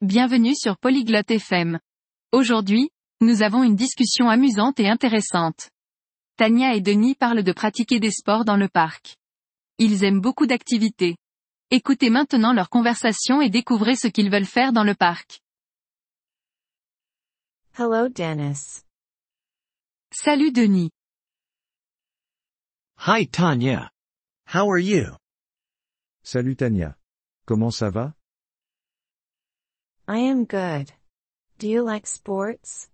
Bienvenue sur Polyglotte FM. Aujourd'hui, nous avons une discussion amusante et intéressante. Tania et Denis parlent de pratiquer des sports dans le parc. Ils aiment beaucoup d'activités. Écoutez maintenant leur conversation et découvrez ce qu'ils veulent faire dans le parc. Hello, Dennis. Salut Denis. Hi Tanya. How are you? Salut Tania. Comment ça va I am good. Do you like sports?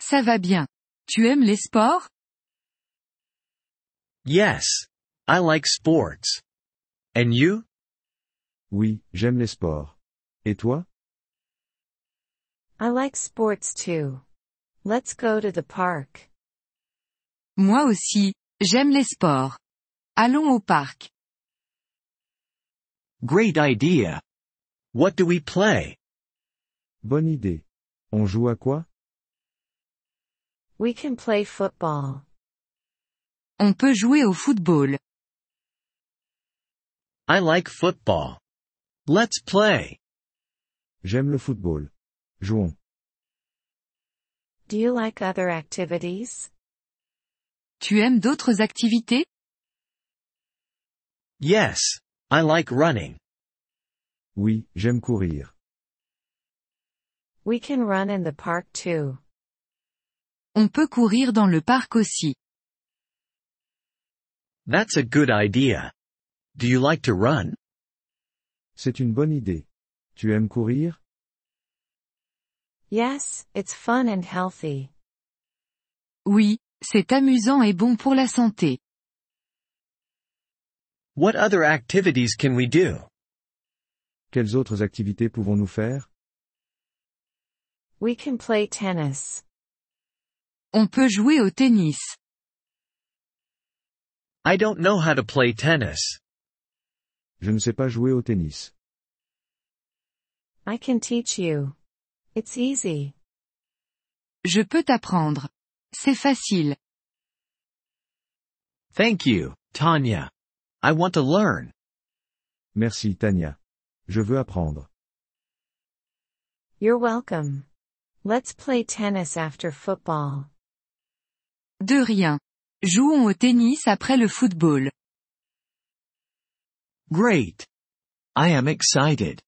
Ça va bien. Tu aimes les sports Yes. I like sports. And you? Oui, j'aime les sports. Et toi I like sports too. Let's go to the park. Moi aussi, j'aime les sports. Allons au parc. Great idea. What do we play? Bonne idée. On joue à quoi We can play football. On peut jouer au football. I like football. Let's play. J'aime le football. Jouons. Do you like other activities? Tu aimes d'autres activités Yes. I like running. Oui, j'aime courir. We can run in the park too. On peut courir dans le parc aussi. That's a good idea. Do you like to run? C'est une bonne idée. Tu aimes courir Yes, it's fun and healthy. Oui, c'est amusant et bon pour la santé. What other activities can we do? Quelles autres activités pouvons-nous faire We can play tennis. On peut jouer au tennis. I don't know how to play tennis. Je ne sais pas jouer au tennis. I can teach you. It's easy. Je peux t'apprendre. C'est facile. Thank you, Tanya. I want to learn. Merci Tania. Je veux apprendre. You're welcome. Let's play tennis after football. De rien. Jouons au tennis après le football. Great. I am excited.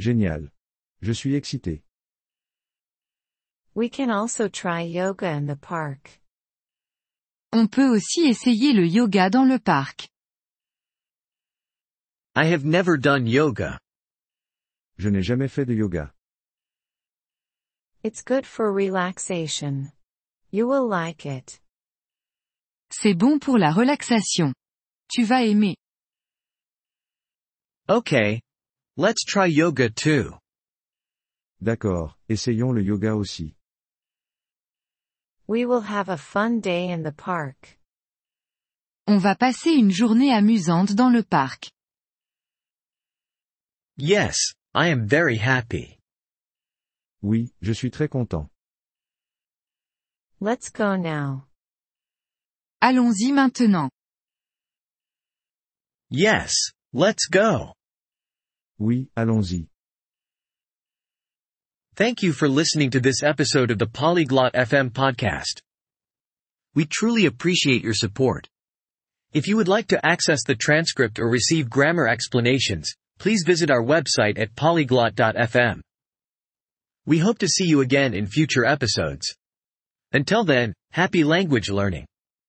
Génial. Je suis excité. We can also try yoga in the park. On peut aussi essayer le yoga dans le parc. I have never done yoga. Je n'ai jamais fait de yoga. It's good for relaxation. You will like it. C'est bon pour la relaxation. Tu vas aimer. Okay. Let's try yoga too. D'accord, essayons le yoga aussi. We will have a fun day in the park. On va passer une journée amusante dans le parc. Yes, I am very happy. Oui, je suis très content. Let's go now. Allons-y maintenant. Yes, let's go. Oui, allons-y. Thank you for listening to this episode of the Polyglot FM podcast. We truly appreciate your support. If you would like to access the transcript or receive grammar explanations, please visit our website at polyglot.fm. We hope to see you again in future episodes. Until then, happy language learning.